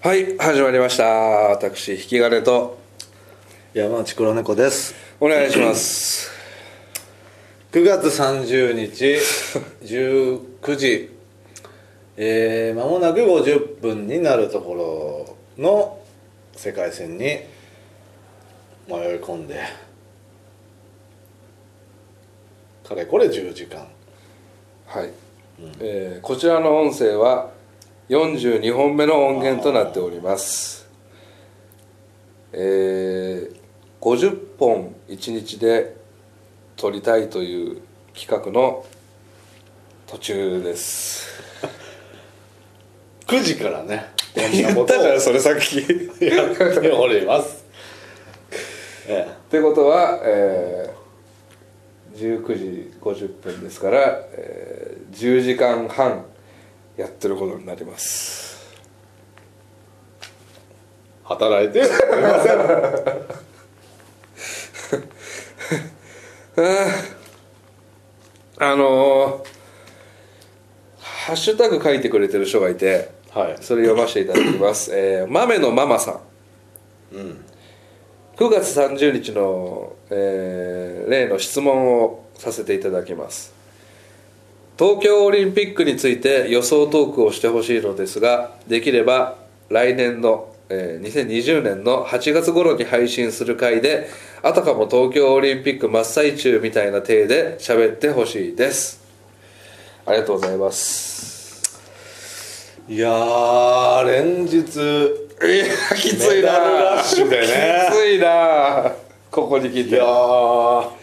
はい始まりました私引き金と山内黒猫ですお願いします9月30日 19時えー、間もなく50分になるところの世界線に迷い込んでかれこれ10時間はい、えーこちらの音声は42本目の音源となっておりますえー、50本1日で撮りたいという企画の途中です9時からねこんな言こったとをじゃんそれさっきってやっております、えことは、えー、19時50分ですから、えー、10時間半やってることになりますえ働いてすみませんあのーハッシュタグ書いてくれてる人がいて はいそれ読ませていただきます、えー、豆のママさんうん9月30日の、えー例の質問をさせていただきます東京オリンピックについて予想トークをしてほしいのですができれば来年の、えー2020年の8月頃に配信する回であたかも東京オリンピック真っ最中みたいな体で喋ってほしいですありがとうございますいやー連日いやきついメダルなラッシュでねきついなここに来いてやー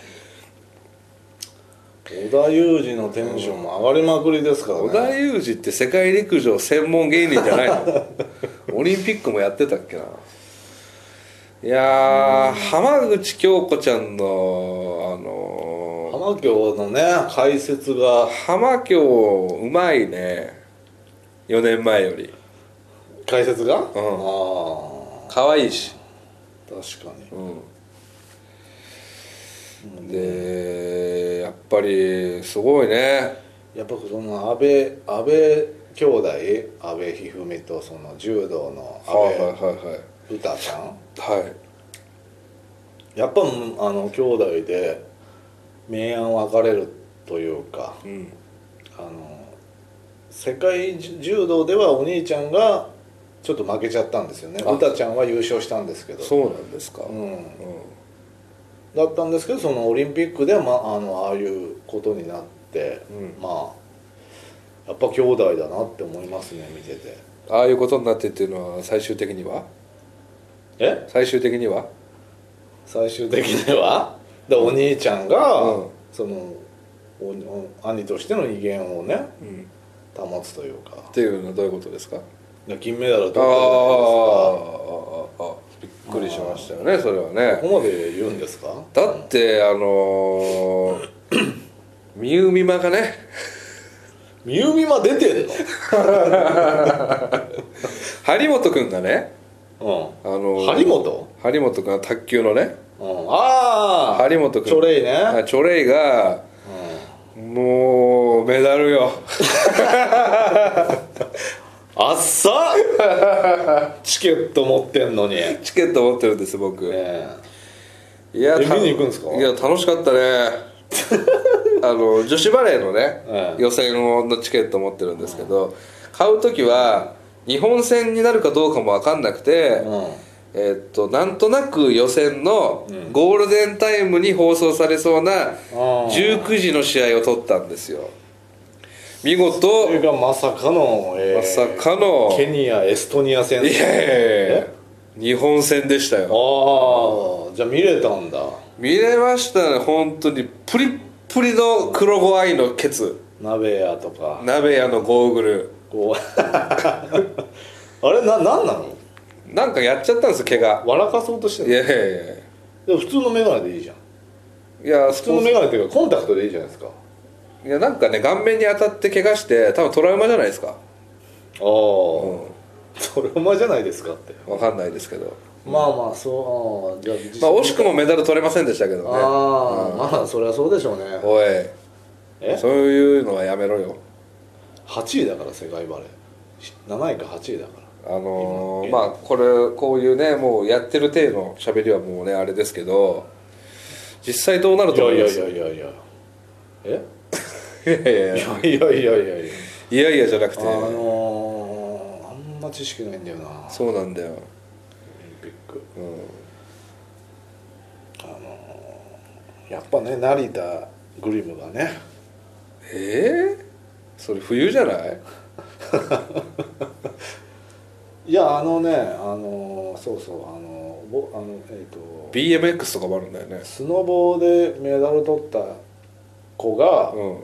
織田裕二のテンションも上がりまくりですからね織田裕二って世界陸上専門芸人じゃない のオリンピックもやってたっけないやー浜口京子ちゃんのあの浜京のね解説がー、浜京うまいね4年前より解説が、あ可愛いし、あ確かにうん、でやっぱりすごいねやっぱその安倍安倍兄弟安倍一二三とその柔道のはいはい安は倍詩ちゃんいはいはいやっぱうんあの兄弟で明暗分かれるというかうんあの世界柔道ではお兄ちゃんがちょっと負けちゃったんですよねあ詩ちゃんは優勝したんですけどそうなんですか、うん、うんだったんですけどそのオリンピックで、まあ、あのああいうことになって、うんまあやっぱ兄弟だなって思いますね見ててああいうことになってっていうのは最終的にはえ最終的には最終的にはでお兄ちゃんが、うんそのおお兄としての威厳をねうん保つというかっていうのはどういうことですかで金メダル取っあたあじゃないあああびっくりしましたよねそれはですかこねこまで言うんですかだってあのー みゆみまがねみゆみま出てん張本君がねの、あのうん、ー張本、張本君が卓球のねうん、ああ張本君チョレイあね、チョレイがうんもうメダルよあっさ チケット持ってんのに、ねチケット持ってるんです僕、えいやえた見に行くんですかいや楽しか ったねあの女子バレーのね、ええ予選のチケット持ってるんですけど、買う時は日本戦になるかどうかも分かんなくて、うえっとなんとなく予選のうん、ゴールデンタイムに放送されそうなん19時の試合を取ったんですよ見事それがまさかの、えーまさかのケニアエストニア戦いやいやいやえ日本戦でしたあよあじゃあ見れたんだ見れましたね本当にプリップリの黒子アイのケツ鍋屋とか鍋屋のゴーグルこう あれななんなのなんかやっちゃったんですよ怪我笑かそうとしているやいやいやいでも普通の眼鏡でいいじゃんやいやス普通のポー眼鏡っていうかコンタクトでいいじゃないですかあツいやなんかね顔面に当たって怪我して多分トラウマじゃないですかあ、それお前じゃないですかってわかんないですけど、まあまあそうああじゃあ実まあ、際惜しくもメダル取れませんでしたけどねああ、まあそれはそうでしょうねおいえそういうのはやめろよ8位だから世界バレー7位か8位だからあのーまあこれこういうねもうやってる体の喋りはもうねあれですけど実際どうなると思いいやまいすやいやいやえいやいやいいややいやいやいやいやいやいやじゃなくあてのー、あんま知識ないんだよなオそうなんだよ、リンピックうあのー、やっぱね成田グリムがねん、えー、それ冬じゃないいやあのねあのー、そうそうあのー、ぼあのえっ、と BMX とかもあるんだよねスノボーでメダル取った子がうん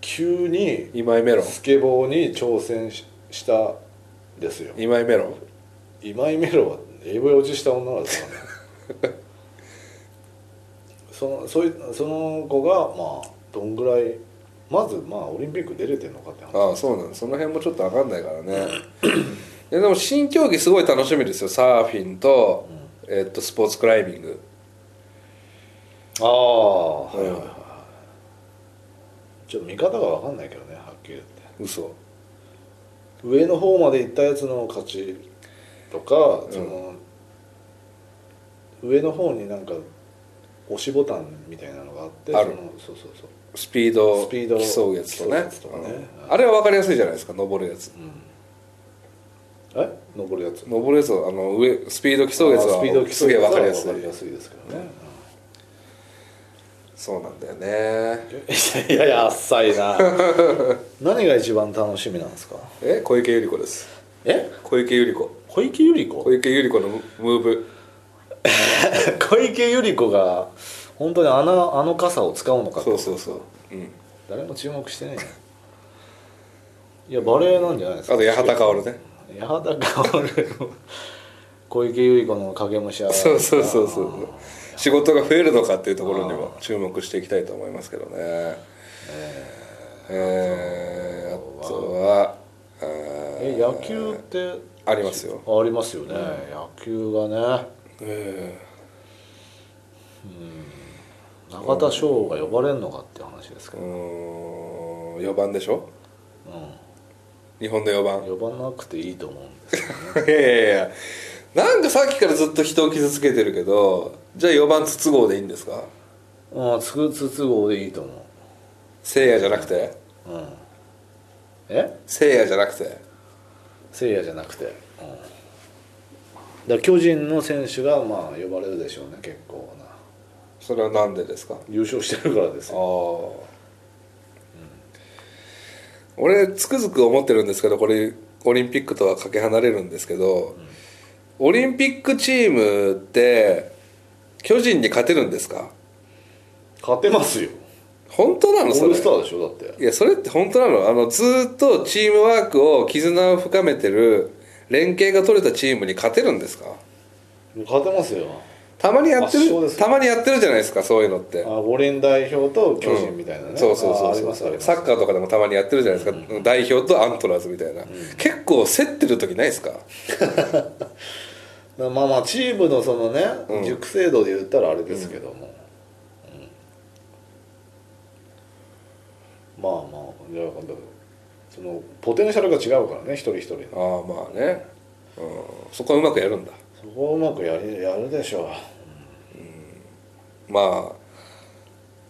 急に今井メロンスケボーに挑戦ししたんですよ今井メロン今井メロは AV 落ちした女なんですからねそのそういうその子がまあどんぐらいまずまあオリンピック出れてるのかって話ああそうなんですその辺もちょっと分かんないからねいやでも新競技すごい楽しみですよサーフィンと,、えっとスポーツクライミングああはいいははいいははいちょっと見方が分かんないけどねはっきり言って嘘上の方まで行ったやつの勝ちとか、その上の方になんか押しボタンみたいなのがあってあるそのそうそうそうスピードスピード競うやつとね競うやつとかねうんあれは分かりやすいじゃないですか登るやつえ登るやつ登るやつはあの上スピード競うやつあースピーはド競うやつすげえ分かりやすいは分かりやすいですからね、そうなんだよね いやいや浅 いな何が一番楽しみなんですかえ小池百合子ですえ小池百合子小池百合小子池百合子のムムーブ 小池百合子が本当にあのあの傘を使うのかってそうそうそう、うん、誰も注目してないねいやバレエなんじゃないであすかと八幡薫ね八幡薫小池百合子の影武者そうそうそうそう仕事が増えるのかっていうところにも注目していきたいと思いますけどねえーあとはあえー野球ってありますよありますよね、野球がねえ中田翔が呼ばれんのかって話ですけーど、うーん4番でしょう日本の4番ん、呼ばなくていいと思うんです よいやいやいやなんかさっきからずっと人を傷つけてるけどじゃあ4番筒香でいいんですかうんつくつつ号でいいと思せいやじゃなくてう、うん、えせいやじゃなくてせいやじゃなくて、うん、だから巨人の選手がまあ呼ばれるでしょうね結構なそれはなんでですか優勝してるからですあよあ、俺つくづく思ってるんですけどこれオリンピックとはかけ離れるんですけど、オリンピックチームって巨人に勝てるんですか勝てますよ本当なオのーそルスタれーでしょだっていやそれって本当なのあのずーっとチームワークを絆を深めてる連携が取れたチームに勝てるんですか勝てますよたまにやって圧勝でるすよたまにやってるじゃないですかそういうのってあ五輪代表と巨人みたいなね、そうそうそうあありますありますサッカーとかでもたまにやってるじゃないですか、代表とアントラーズみたいな、結構競ってる時ないですかまあまあチームのそのね、熟成度で言ったらあれですけども、うんまあまあいやだからそのポテンシャルが違うからね一人一人のああまあね、うん、そこはうまくやるんだそこをうまくやりやるでしょまあう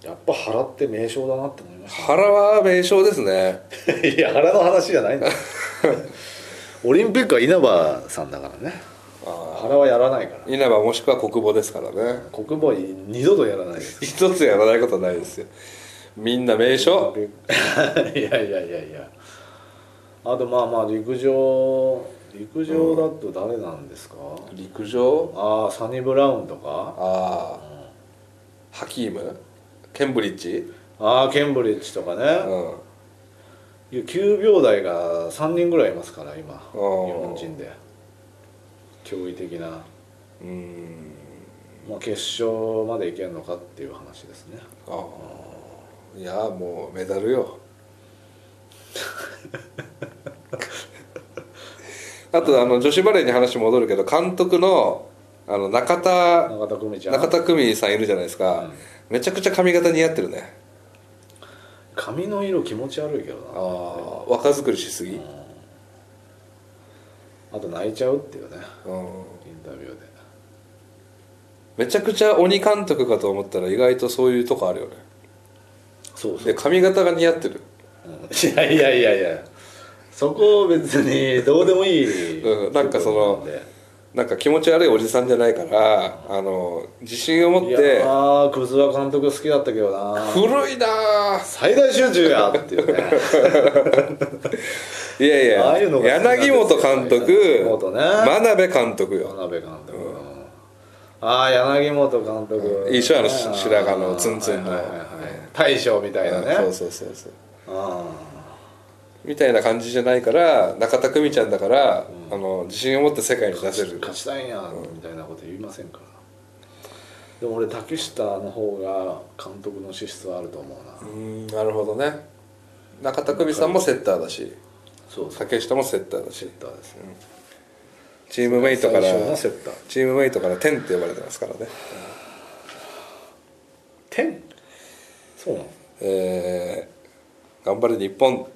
やっぱ腹って名称だなって思いまし原は名称ですねた、 いや腹の話じゃないんだ オリンピックは稲葉さんだからねああ腹はやらないから稲葉もしくは国母ですからね国防に二度とやらないです一つやらないことはないですよみんな名称 いやいやいやいやあとまあまあ陸上陸上だと誰なんですか、陸上ああサニブラウンとかああハキームケンブリッジああケンブリッジとかねう、んいや9秒台が3人ぐらいいますから今日本人で驚異的な、うんまあ、決勝までいけるのかっていう話ですねああいやもうメダルよ あとあの女子バレーに話戻るけど監督のあの中田中田久美ちゃん中田久美さんいるじゃないですか、うんめちゃくちゃ髪型似合ってるね髪の色気持ち悪いけどなああ若作りしすぎあと泣いちゃうっていうねうんインタビューでめちゃくちゃ鬼監督かと思ったら意外とそういうとこあるよねそうで髪型が似合ってるいやいやいやいやそこ別にどうでもいい、うんなんかそのなんか気持ち悪いおじさんじゃないからあの自信を持っいてやあークズは監督好きだったけどな古いなぁ最大集中やっていうねいやいやああいうのが好きなんです柳よ本監督柳本ね真鍋監督よ渡辺監督、ああ柳本監督、うん一緒やろねえ白髪のツンツンのはいはいはいはい大将みたいなねそうそうそうそうあみたいな感じじゃないから中田久美ちゃんだから、あの自信を持って世界に出せる勝ちたいんやみたいなこと言いませんから、でも俺竹下の方が監督の資質はあると思うな、うんなるほどね中田久美さんもセッターだしそうそう竹下もセッターだセしッターですねチームメイトから最初のセッターチームメイトから天って呼ばれてますからね天そうなのえー頑張れ日本